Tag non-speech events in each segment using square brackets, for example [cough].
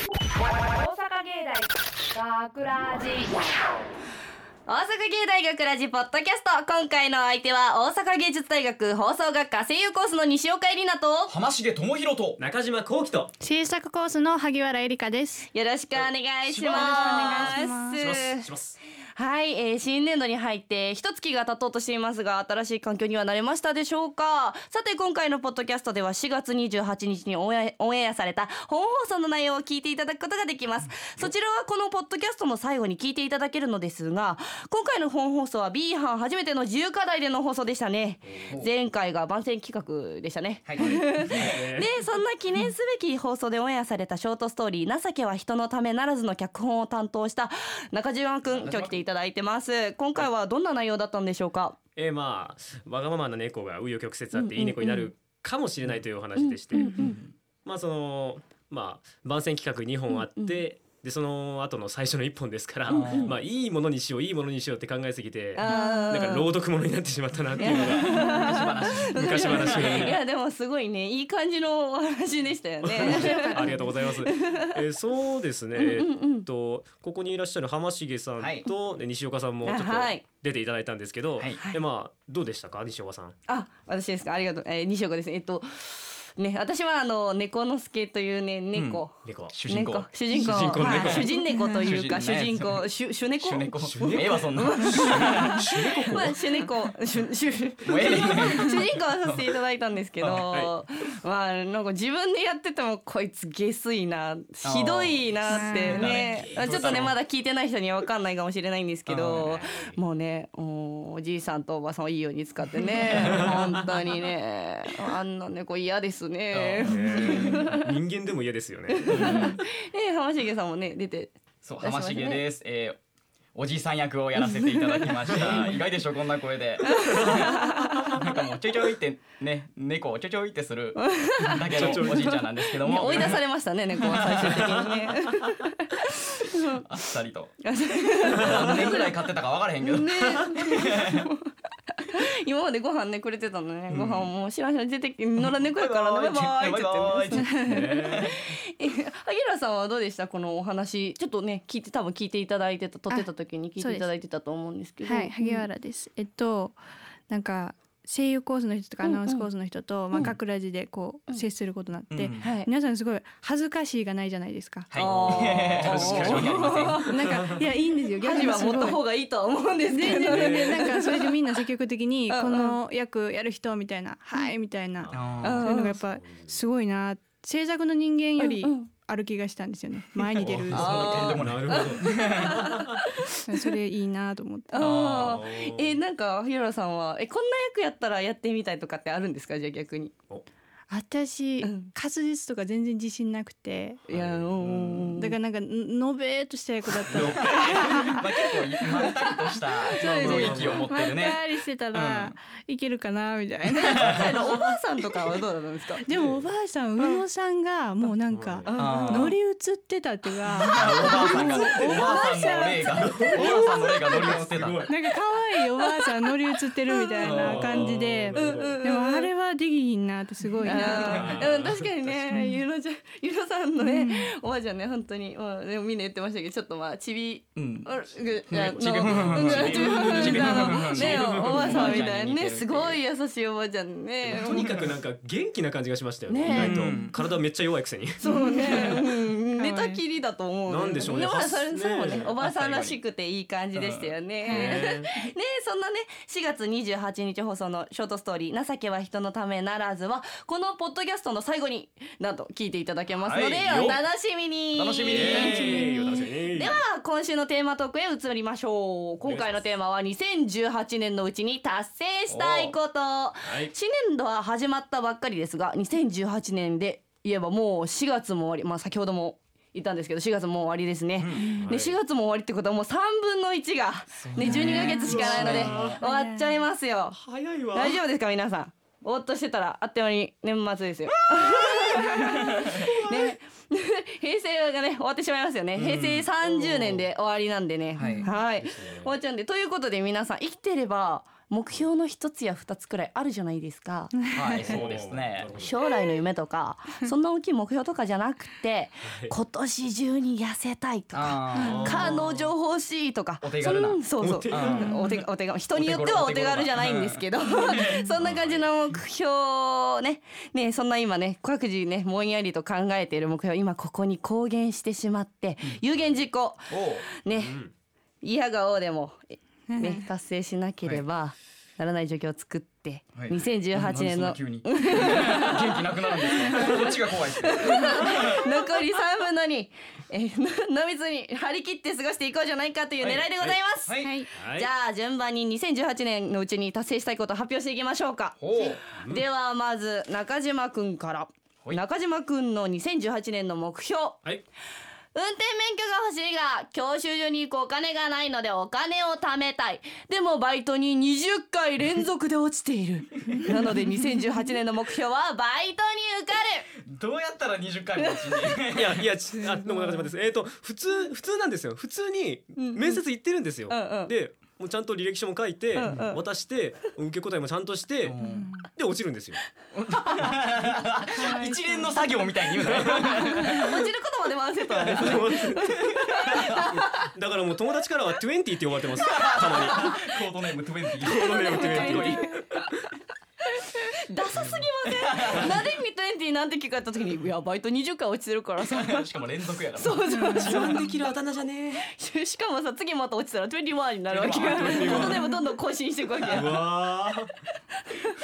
大阪芸大学ラジ大阪芸大学ラジポッドキャスト今回の相手は大阪芸術大学放送学科声優コースの西岡えりなと浜重智弘と中島幸喜と制作コースの萩原絵梨香です。よろしくお願いしよまろしくお願すいしますしますはい、えー新年度に入って一月が経とうとしていますが新しい環境には慣れましたでしょうかさて今回のポッドキャストでは4月28日にオンエアオンエアされた本放送の内容を聞いていただくことができますそちらはこのポッドキャストの最後に聞いていただけるのですが今回の本放送は B 班初めての自由課題での放送でしたね前回が番宣企画でしたねはいでそんな記念すべき放送でオンエアされたショートストーリー「情けは人のためならず」の脚本を担当した中島くん今日来ていただいてます今回はどんな内容だったんでしょうかえー、まあわがままな猫が紆余曲折あっていい猫になるかもしれないというお話でして、まあそのまあ番宣企画2本あって、でその後の最初の1本ですから、まあいいものにしよういいものにしようって考えすぎて、あなんか朗読ものになってしまったなっていうのが昔話がいやでもすごいねいい感じのお話でしたよ [laughs] ね [laughs] ありがとうございます。えーそうですね。えーっとここにいらっしゃる浜重さんと、ね西岡さんもちょっとはい出ていただいたんですけど、はいえまあどうでしたか西岡さん。あ私ですかありがとう、えー、西岡ですねえっとね私はあの猫之助というね猫、猫。主人公猫主人公主人公のはい猫主人猫というか主主人人公公主主猫主猫ええわそんな [laughs] まあ主猫主主もうええね主人公はさせていただいたんですけ [laughs] ど、はまあなんか自分でやっててもこいつ下水なひどいなってねあーちょっとねそうだろうまだ聞いてない人には分かんないかもしれないんですけ [laughs] どあもうねおおじいさんとおばさんをいいように使ってね [laughs] 本当にねあんな猫嫌ですね。人間でも嫌ですよね。え浜重さんもね出てそう浜重です、えーおじさん役をやらせていただきました意外でしょこんな声でなんかもうちょいちょいってね猫をちょいちょいってするだけのおじいちゃんなんですけどねも追い出されましたね猫は最終的にね。[laughs] [laughs] あっさりと何年ぐらい飼ってたか分からへんけど、今までご飯ねくれてたのね、ご飯もう知らん知らん出てき野良猫やからねバイバイって言ってねバイバイってえ萩原さんはどうでしたこのお話ちょっとね聞いて多分聞いていただいてた撮ってた時に聞いそうてでいすただいてたと思うんですけどはい、萩原です。えっと、なんか声優コースの人とかアナウンスコースの人と、まあ、学ラジでこう接することになって、 [laughs] うんはい皆さんすごい恥ずかしいがないじゃないで [laughs] す [laughs] か。はいあー確かにありませ [laughs] んなんか、いや、いいんですよ。逆萩にはすご持っいた方がいいとは思うんですけ全どね然全然なんか [laughs] それでみんな積極的にうんうんこの役やる人みたいな「はい」みたいなあそういうのがやっぱすごいな制作の人間よりうんうんある気がしたんですよね前に出ーるそんなとんでもないなるほど。それいいなと思ってあーーえなんか萩原さんはえこんな役やったらやってみたいとかってあるんですかじゃあ逆に私、うん滑舌とか全然自信なくていやうんだからなんかんのべーっとした役だったら [laughs] まあ結構まったりとした雰囲気を持っまてるねったりしてたらいけるかなみたい [laughs] な、おばあさんとかはどうなんですかでもおばあさん宇野さんがもうなんかあー乗り移ってたっていうおばあさんがおばあさんの [laughs] か霊がおばあさんの霊が乗り移ってた。なんか可愛いおばあさん乗り移ってるみたいな感じでうんうんうんでもあれはできひんなってすごいあなーうん確かにねゆのちゃんゆのさんのね、おばあちゃんね本当にまあでもみんな言ってましたけどちょっとまあちびうんあぐいやのちびうんちびちびあのちびねおばあさんみたいなねすちびごい優しいおばあちゃんねとにかくなんか元気な感じがしましたよね。ね意外とうん体めっちゃ弱いくせに。そうね、うん、かわい寝いたきりだと思うなんでしょうねまあそはれっそれもねねおばあさんらしくていい感じでしたよね、ねねそんなね4月28日放送のショートストーリー「情けは人のためならずは」このポッドキャストの最後になんと聞いていただけますので、はいお楽しみに楽しみにえーお楽しみにでは今週のテーマトークへ移りましょう今回のテーマは2018年のうちに達成したいこと、い新年度は始まったばっかりですが2018年で言えばもう4月も終わりまあ先ほども言ったんですけど4月も終わりですね、んで4月も終わりってことはもう3分の1が、ね、12ヶ月しかないので終わっちゃいますよ早いわ。大丈夫ですか皆さんおっとしてたらあっという間に年末ですよ。 [laughs] ね、平成がね終わってしまいますよね平成30年で終わりなんでね、はいはい終わっちゃうんでということで皆さん生きてれば目標の一つや二つくらいあるじゃないですか。はい、そうですね。将来の夢と [laughs] かそんな大きい目標とかじゃなくて今年中に痩せたいとかあー彼女欲しいとかお手軽なそんそうそうお手軽お手お手軽人によってはおお手手頃軽じゃないんですけど [laughs] そんな感じの目標をねねそんな今ね各自ねもんやりと考えている目標今ここに公言してしまって有言実行ねん嫌がおうでもうんね達成しなければならない状況を作っておはい2018年なんのでそんな急に [laughs] 元気なくなるんですか。こっちが怖いです。残り3分の2えーなのみつに張り切って過ごしていこうじゃないかという狙いでございます、はい。はいはいじゃあ順番に2018年のうちに達成したいことを発表していきましょうか、ほう。ではまず中島くんからはい中島くんの2018年の目標はい運転免許が欲しいが教習所に行くお金がないのでお金を貯めたいでもバイトに20回連続で落ちてい [laughs] るなので2018年の目標はバイトに受かるどうやったら20回も落ちに。いやいやちあどうも中島です。えっ、と普通普通なんですよ。普通に面接行ってるんですよ。うんうんでもうちゃんと履歴書も書いて、うんうん渡して受け答えもちゃんとして、うんで落ちる [laughs] んですよ。一連の作業みたいに言うなよ。落ちることまでワンセットなんですねだからもう友達からは20って呼ばれてます。たまに。コードネーム20。コードネーム20。ダサすぎま [laughs] せんなでミトエンティなんて聞かれた時にいやバイト20回落ちてるからさしかも連続やから。そうそう自慢できるあだ名じゃねししかもさ次また落ちたら21になるわけよ21ことでもどんどん更新していくわけえ。うよわあ。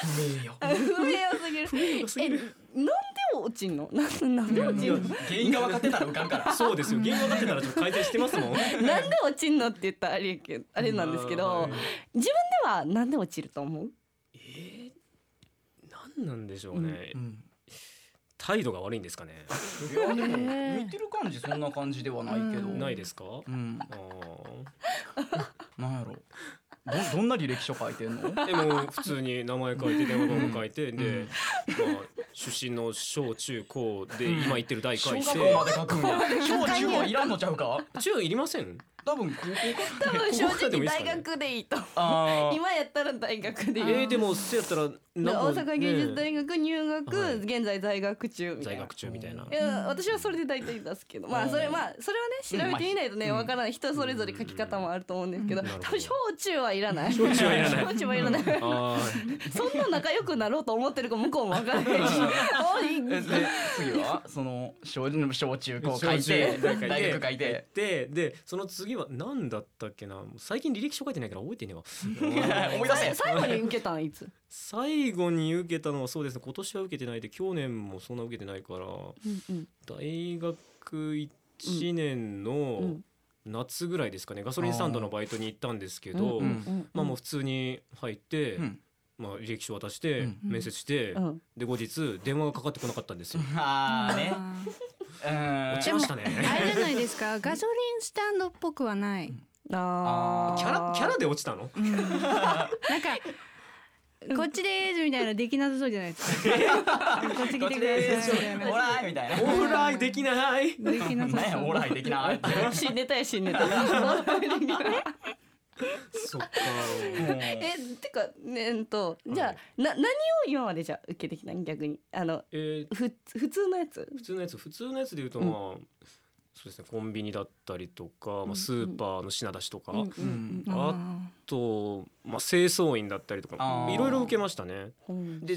不明よ。不明よすぎるえなんで落ちんの [laughs] なんなんで落ちんの原因が分かってたら受かんから。そうですよ。言語分かってたらちょっと改善してますもん。なんで落ちんのって言ったらあれやけどあれなんですけど自分ではなんで落ちると思うなんなんでしょうねう。ん。態度が悪いんですかね。いやでも見てる感じそんな感じではないけど。ないですか。うん。あーなんやろ。どどんな履歴書書いてんの？でも普通に名前書いて電話番号書いてうでん、まあ、出身の小中高で今行ってる大小書い学て校まで書くんや。小中はいらんのちゃうか？中いりません多分高校か。多分正ここからでも直いいっ大すかね学でいいと思うあー今やったら大学でえいいー、でもせやったらでなん大か阪芸術大学入学、はい現在在学中みた在いな学中みたいないや私はそれで大体出すけどまうあんそれまあそれはね調べてみないとねうんわからない人それぞれ書き方もあると思うんですけどうんなるほど多分小中はいらない小中はいらない小中はいらないあそんな仲良くなろうと思ってるか向こうもわからないしおえいで次はその小小中ー高書いて小中大学書いてででその次は何だったっけな最近履歴書書いてないから覚えてねえ [laughs] わ思い出せ最後に受けたんいつ最後に受けたのはそうですね今年は受けてないで去年もそんな受けてないから大学1年うのん夏ぐらいですかねガソリンスタンドのバイトに行ったんですけど、うんまあもう普通に入って、うんまあ、履歴書渡して、うん面接して、うんで後日電話がかかってこなかったんですよ。あーねあうんー落ちましたね。あれじゃないですかガソリンスタンドっぽくはない、あーキャラキャラで落ちたの？うん、なんかこっちでーすみたいなできなさそうじゃないですかこっち来てこくっちだですさいみたいオーなライみたいなオーライできない。できなさねそうオーライできないって死んでたよ死ん [laughs] でたそっか。えてかねえっとじゃあ、はいな何を今までじゃあ受けてきたん逆にあのえーふ普通のやつ普通のやつ普通のやつで言うとうんまあ、そうですねコンビニだったりとか、まあ、スーパーの品出しとか、あうんあとまあ清掃員だったりとかあーいろいろ受けましたね。うんで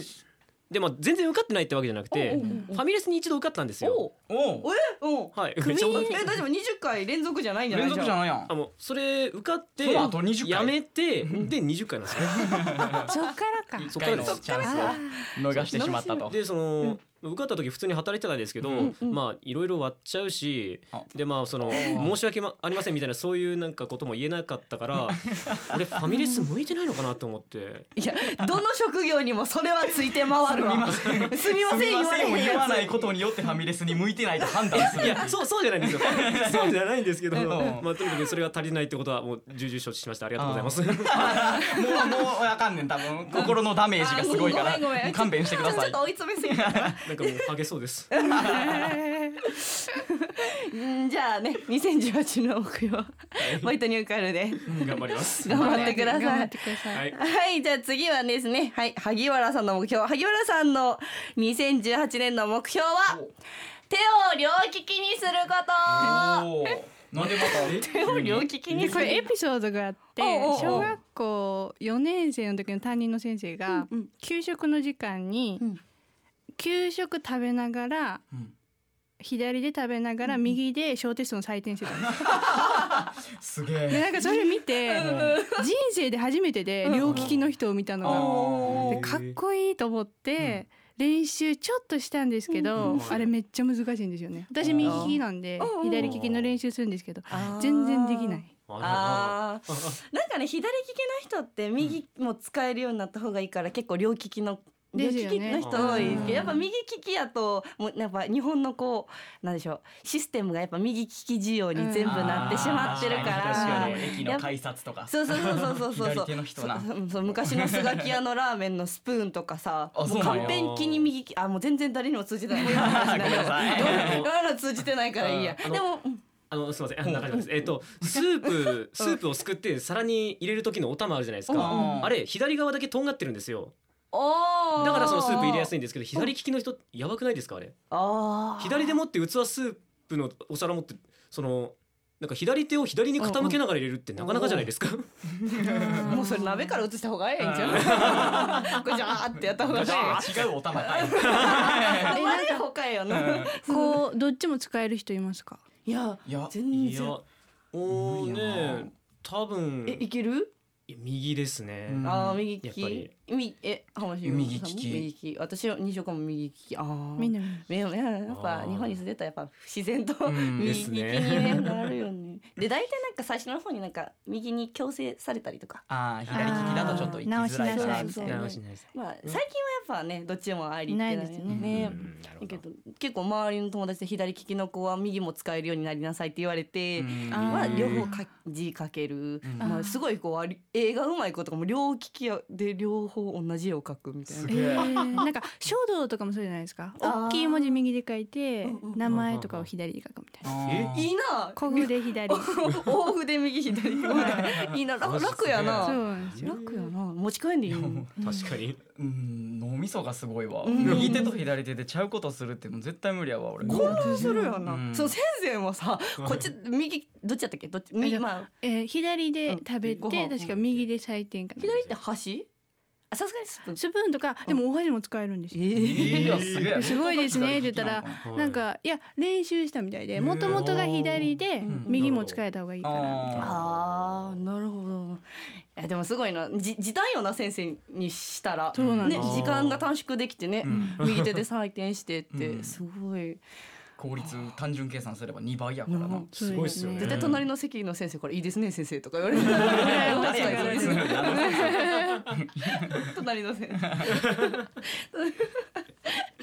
でまあ全然受かってないってわけじゃなくて、おうおうおうファミレスに一度受かったんですよ。おうおおはい。え [laughs] めっちゃ受かったえ大丈夫二十回連続じゃないんじゃない連続じゃいないやんあもうそれ受かってその後20回やめてで20回なんですよ。ーそっからか一そっから回でのすチャンスあを逃してしまったとでその、受かった時普通に働いてたんですけど、まあいろいろ割っちゃうしあでまあその申し訳まありませんみたいなそういうなんかことも言えなかったから [laughs] 俺ファミレス向いてないのかなと思っていやどの職業にもそれはついて回るわすみませんすみません言われへん言わやないことによってファミレスに向いてないと判断するいやそうそうじゃないんですよ [laughs] そうじゃないんですけど、うんまあとにかくそれが足りないってことはもう重々承知しましたありがとうございます。もうもうわかんねん多分心のダメージがすごいかあらごめんごめんもう勘弁してくつだちょさっいと追い詰めすぎたなんかもうハゲそうです。うんじゃあね2018の目標バイトニューカルで頑張ります。 [laughs] 頑張ってくだ頑張さっいてください。はい。はいじゃあ次はですねはい萩原さんの目標萩原さんの2018年の目標は手を両利きにすることおおー。なんでま [laughs] た手を両利きにすこるれエピソードがあっておうおうおう小学校4年生の時の担任の先生がうんうん給食の時間にうん給食食べながらうん左で食べながら右で小テストの採点してたんですすげでえ。なんかそれ見 [laughs] てうん人生で初めてで両利きの人を見たのあがーでかっこいいと思って練習ちょっとしたんですけどうんあれめっちゃ難しいんですよね私右利きなんでうんうん左利きの練習するんですけどあー全然できないあーなんかね左利きの人って右も使えるようになった方がいいから結構両利きの両です利よきねの人多いけど、うんやっぱ右利きやともうやっぱ日本のこうなんでしょうシステムがやっぱ右利き仕様に全部なってしまってるから。あー確かに確かにやっぱ駅の改札とか。そうそうそうそうそうそう左手の人なそうそう昔のスガキ屋のラーメンのスプーンとかさあもそううなんや完璧に右利きあもう全然誰にも通じて [laughs] ないごめんなさい通じてないからいいやあでのもうんあのすみませんあの中島です。えっとスープスープをすくって皿に入れる時のお玉あるじゃないですうんうか。んあれ左側だけとんがってるんですよ。おだからそのスープ入れやすいいんですけど左利きの人やばくないですかあれ。あー左でもって器スープのお皿持ってそのなんか左手を左に傾けながら入れるってなかなかじゃないですか。もうそれ鍋から移した方がええんちゃう [laughs] これじゃーってやった方がいい違うお玉 [laughs] かい。生まれほかよなこうどっちも使える人いますかいやいや全いや然おー無理やなね多分えいける右ですね。うんあー右利やっぱきりみえ浜島さんも右利き右利き私は西岡も右利きああみんなもいやいややっぱあー日本に住んでたらやっぱ自然とうん右で利きすにねねなるよねで大体なんか最初の方になんか右に強制されたりとかああ左利きだとちょっと行きづらいかなみたいあーな。直直ししなないです。まあ最近はやっぱねどっちもありってないですねねうんなるほだけどど結構周りの友達で左利きの子は右も使えるようになりなさいって言われて、うんまあ、うん両方か字書ける、うんまあ、すごいこうあり映画うまい子とかも両利きやで両方同じ絵を描くみたいなす。えー、なんか書道とかもそうじゃないですかあー大きい文字右で書いてうんうんうん名前とかを左で書くみたいなあーいいな古風で左そう大筆右左 [laughs] いいな楽楽やななんですよ楽やな持ち帰んでいいのに確かに。うん脳みそがすごいわ。うん右手と左手でちゃうことするってもう絶対無理やわ俺。混乱するよな、うんその先生もさこっち右どっちやったっけどっち右あまあえー左でうん食べご飯て確か右で採点かな左って箸あさすがにスプーンスプーンとかでもお箸も使えるんですよええーいやすげえ。すごいですねって言ったらはいなんかいや練習したみたいでーもともとが左でん右も使えた方がいいからみたいなああーなるほどいやでもすごいなじ時短よな先生にしたらそうなんねです時間が短縮できてね、うん右手で採点してって、うんすごい効率単純計算すれば2倍やからな。そうすごいっすよね絶対隣の席の先生これいいですね先生とか言われる [laughs] 誰やねんそいつ隣の先生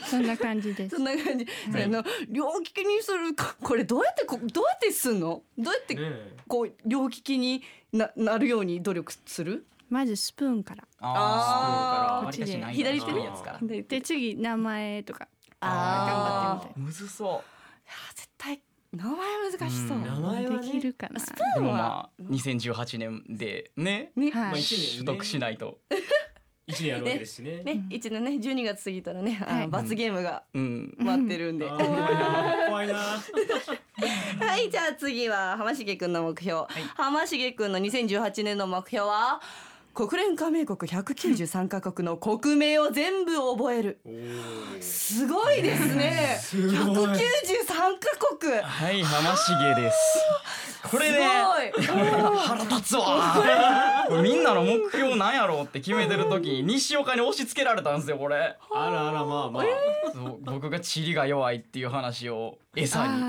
そんな感じですそんな感じ、それの両利きにするかこれどうやってこどうやってすんのどうやってねえこう両利きにななるように努力するまずスプーンからああーあ、割りかしない左手のやつから。でで次名前とかあー頑張ってみたいむずそいやー絶対名前難しそう、うん名前はできね。るかなスプう。でーンもはまあ2018年でね、ねはいまあ一年ね取得しないと。一年やるわけですしね。ね、一年ね12月過ぎたらね、あはのい罰ゲームがうん。待ってるんで、あはー怖いな。怖い [laughs] な。いじゃあ次は浜重くんの目標、浜重くんの2018年の目標は国連加盟国193カ国の国名を全部覚えるおーすごいですねすごい193カ国はい、浜重です。これね、すごい腹立つわ。これみんなの目標なんやろうって決めてる時に西岡に押し付けられたんですよ、これ。あらあらまあまあ。そう僕が地理が弱いっていう話を餌に。あ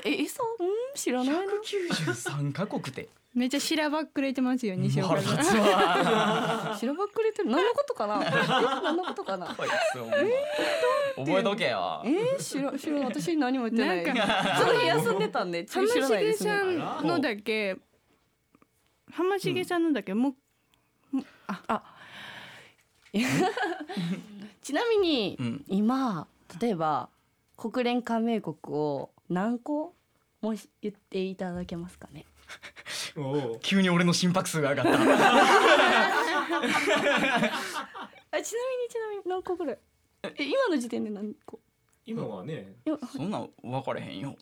ーええそううん知らないの193カ国って。めっちゃしらばっくれてますよ西腹岡立さんつ [laughs] わ。知らばっくれてる何のことかなえ何のことかなこいつお前覚えとけよえ。ー、知ら知ら私何も言ってないなんその日休んでたん [laughs] でちょっ浜と知らない重ですねさんのだけ浜重さんのだけもう [laughs] ちなみに、うん今例えば国連加盟国を何個もう言っていただけますかねお急に俺の心拍数が上がった。あちなみにちなみに何個ぐらいえ今の時点で何個今はねいやそんなん分かれへんよ。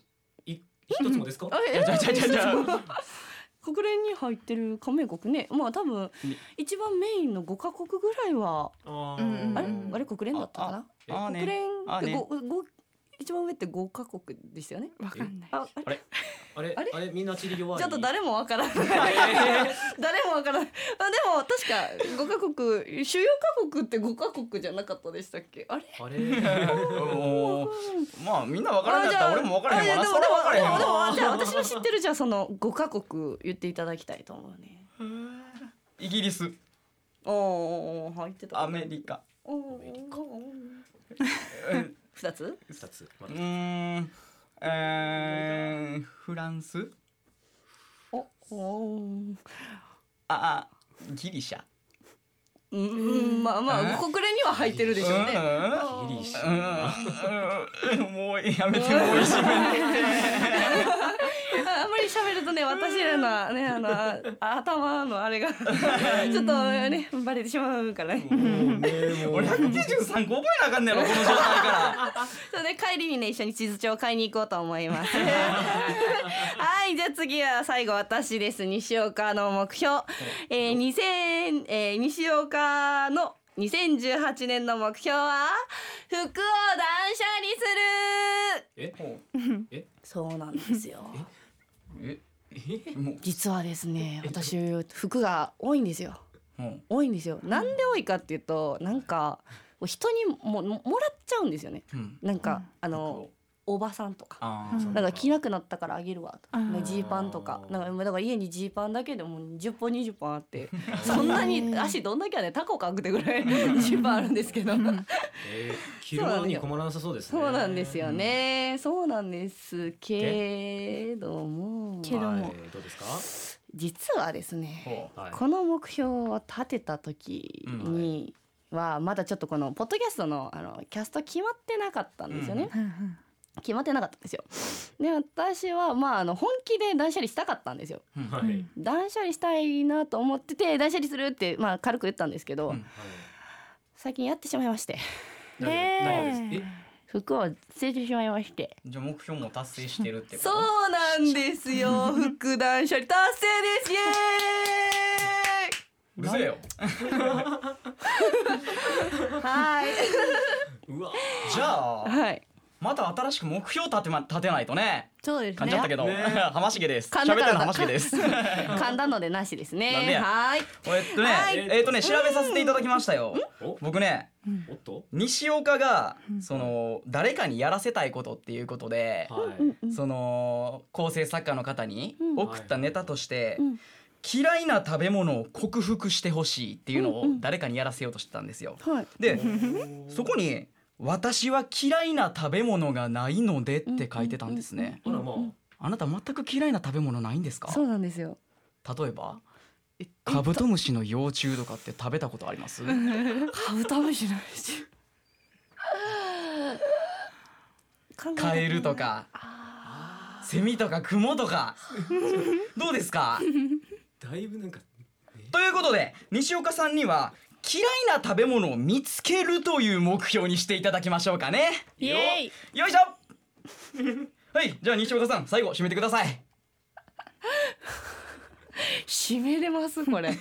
い一つもですかあいやじゃあじゃあじゃあじゃ国連に入ってる加盟国ねまあ多分に一番メインの5カ国ぐらいはあうんうんうんあれうんあれ国連だったかなあああ国連ね。あってねごご一番上って5カ国ですよねわかんない。ああれあれあれああれれみんなチリ弱いちょっと誰もわからない [laughs] 誰もわからないあでも確か5カ国主要カ国って5カ国じゃなかったでしたっけあれあれもうまあみんな分からあんかじっゃたあら俺も分からへあいんわな。やそれは分からへんでもでわ。もでもじ [laughs] ゃあ私の知ってるじゃあその5カ国言っていただきたいと思うねイギリス、おーおーおー入ってたアメリ [laughs] カ。おーおーおうん2つ二つう [laughs] ーん、えー、フランスおおーああギリシャうんうんまあまあえ国連には入ってるでしょうねギリシうんうんャうんうんもうやめてもういいしああんまり喋るとね私らのねあのあ頭のあれがちょっとねバレてしまうからね。もうねもう俺193個覚えなあかんねやろこの状態からそうね帰りにね一緒に地図帳買いに行こうと思います。 [laughs] はいじゃあ次は最後私です西岡の目標、えー、2000、えー、西岡の2018年の目標は服を断捨離するえそうなんですよええも実はですね私服が多いんですようも多いんですよ。なんで多いかっていうとなんか人にもももらっちゃうんですよね。ううんなんか、あ服のをおばさんとか。あうんーなんか着なくなったからあげるわとかあージーパンとかなんかもうだから家にジーパンだけでもう10本20本あってー [laughs] そんなに足どんだけはねタコかくてぐらいジーパンあるんですけどえー着るものに困らなさそうですねそうなんですよねそうなんですけどもけどもはいどうですか実はですねほうはいこの目標を立てた時にはまだちょっとこのポッドキャストのあのキャスト決まってなかったんですよね、うんうん決まってなかったんですよで私はまああの本気で断捨離したかったんですようんはういん断捨離したいなと思ってて断捨離するってまあ軽く言ったんですけど、うん最近やってしまいまして大丈夫大丈夫です服を捨ててしまいましてじゃあ目標も達成してるってことそうなんですよ服断捨離達成ですイエーイうるせえよはいえうわじゃあはいまた新しく目標立てま立てないとねそうです噛んじゃったけね。ど、ね [laughs] 浜重です噛んだ喋っからてるの浜重です [laughs] 噛んだのでなしですなんでねやはいえっとね、はいえっとね調べさせていただきましたよお僕ねおっと西岡がその誰かにやらせたいことっていうことで、はいその構成作家の方にうん送ったネタとして、うん嫌いな食べ物を克服してほしいっていうのをうんうん誰かにやらせようとしてたんですよ。はいでそこに「私は嫌いな食べ物がないので」って書いてたんですね。あらまああなた全く嫌いな食べ物ないんですかそうなんですよ例えばカブトムシの幼虫とかって食べたことありますカブトムシの話カエルと [laughs] かセミとかクモとかどうですかだいぶなんかということで西岡さんには嫌いな食べ物を見つけるという目標にしていただきましょうかねイエーイ。よいしょはいじゃあ西岡さん最後締めてください締めれますこれ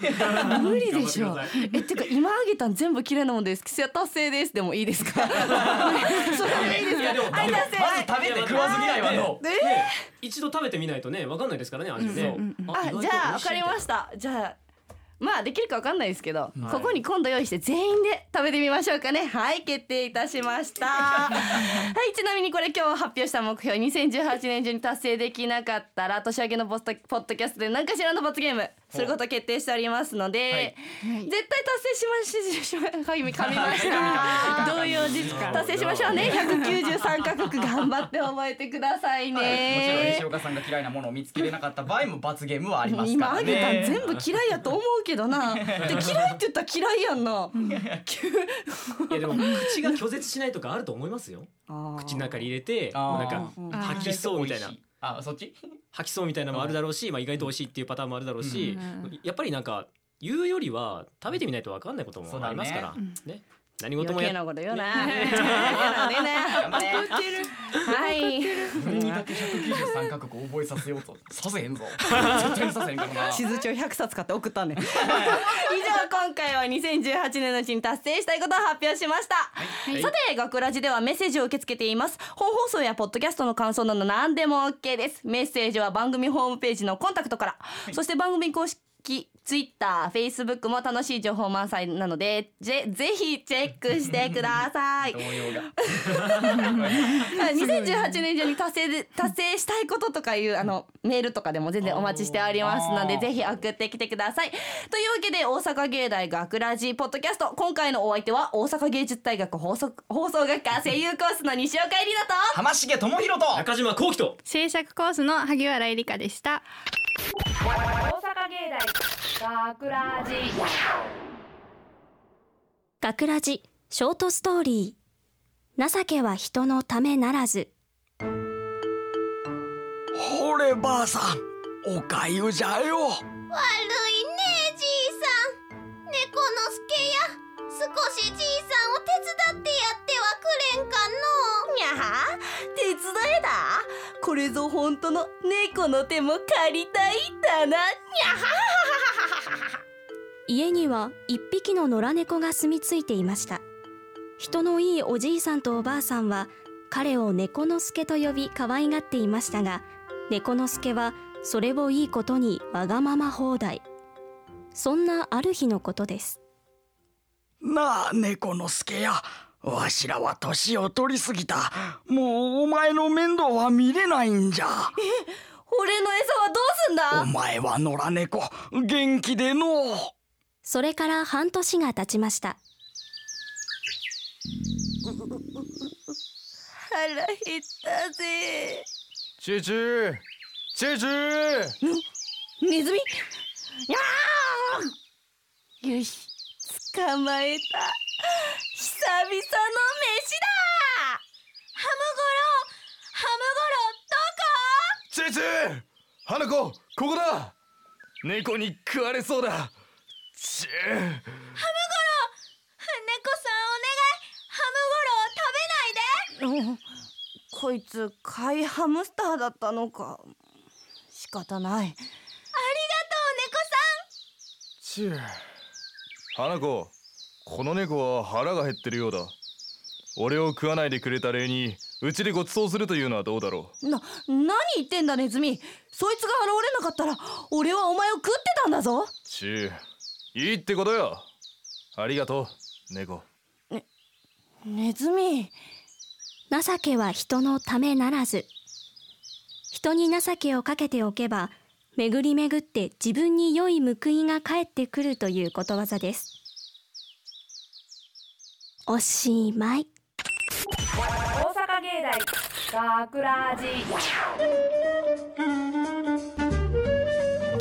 無理でしょ頑張ってえってか今あげたん全部綺麗なもんです達成ですでもいいですかそれでいいですいやでもかはいでも達成まず食べて食わず嫌いはどうえーね一度食べてみないとねわかんないですからね味ねあじゃあ分かりましたたじゃあまあできるか分かんないですけど、はいここに今度用意して全員で食べてみましょうかねはい決定いたしましたはいちなみにこれ今日発表した目標2018年中に達成できなかったら年明けのポストポッドキャストで何かしらの罰ゲームすることを決定しておりますので、絶対達成しましし噛み噛みました同様ですから。達成しましょうね193カ国頑張って覚えてくださいね、はい、もちろん西岡さんが嫌いなものを見つけれなかった場合も罰ゲームはありますか今らあげたんね全部嫌いやと思うけどな。で嫌いって言ったら嫌いやんな。いやでも口が拒絶しないとかあると思いますよ口の中に入れてあーもうなんかあー吐きそうみたいな美味しいあそっち吐きそうみたいなのもあるだろうし、まあ、意外と美味しいっていうパターンもあるだろうし、うんやっぱりなんか言うよりは食べてみないと分かんないことそうもだねありますから、うんね何事も余計やなこと言うな。 [laughs] 余計なこと言う頑張な。れはい。俺にだけ193カ国覚えさせようとさせへんぞ絶対にさせへんからな地図帳100冊買って送ったね。以上今回は2018年のうちに達成したいことを発表しました。いさて学ラジではメッセージを受け付けています。本放送やポッドキャストの感想など何でも OK です。メッセージは番組ホームページのコンタクトから、そして番組公式ツイッター、フェイスブックも楽しい情報満載なので、ぜぜひチェックしてください動。揺が2018年中に達成で達成したいこととかいうあのメールとかでも全然お待ちしておりますのであーぜひ送ってきてください。というわけで大阪芸大学ラジポッドキャスト今回のお相手は大阪芸術大学放送放送学科声優コースの西岡えりなと浜重智弘と [laughs] 中島幸喜と制作コースの萩原絵梨香でした。大阪芸大学ラジ学ラジショートストーリー情けは人のためならずほればあさんおかゆじゃよ悪いねじいさん猫のすけや少しじいさんを手伝ってやってはくれんかのにゃは手伝えだこれぞ本当の猫の手も借りたいだな家には一匹の野良猫が住み着いていました人のいいおじいさんとおばあさんは彼を猫の助と呼び可愛がっていましたが猫の助はそれをいいことにわがまま放題そんなある日のことですなあ猫の助やわしらは年を取りすぎたもうお前の面倒は見れないんじゃ俺の餌はどうすんだお前は野良猫元気でのうそれから半年が経ちました腹減ったぜチューチューチューチューネズミにゃーよし捕まえた久々の飯だハムゴロハムゴロどこチューチュー花子ここだ猫に食われそうだチュー猫さんお願いハムゴロを食べないでこいつ飼いハムスターだったのか仕方ないチュー花子この猫は腹が減ってるようだ俺を食わないでくれた礼にうちでご馳走するというのはどうだろな何言ってんだネズミそいつが現れなかったら俺はお前を食ってたんだぞうチューいいってことよありがとう猫ネズミ情けは人のためならず人に情けをかけておけば巡り巡って自分に良い報いが返ってくるということわざですおしまい大阪芸大学ラ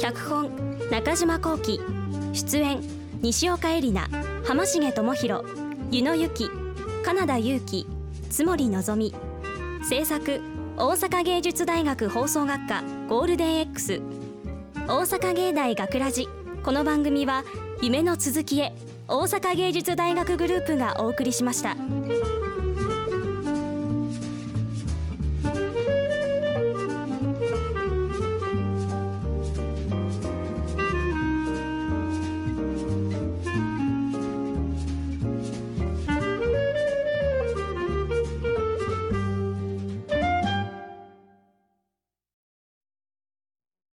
ジ脚本中島幸喜出演西岡絵里奈浜重智弘湯野由紀金田裕樹津森望制作大阪芸術大学放送学科ゴールデン X 大阪芸大学ラジこの番組は夢の続きへ大阪芸術大学グループがお送りしました。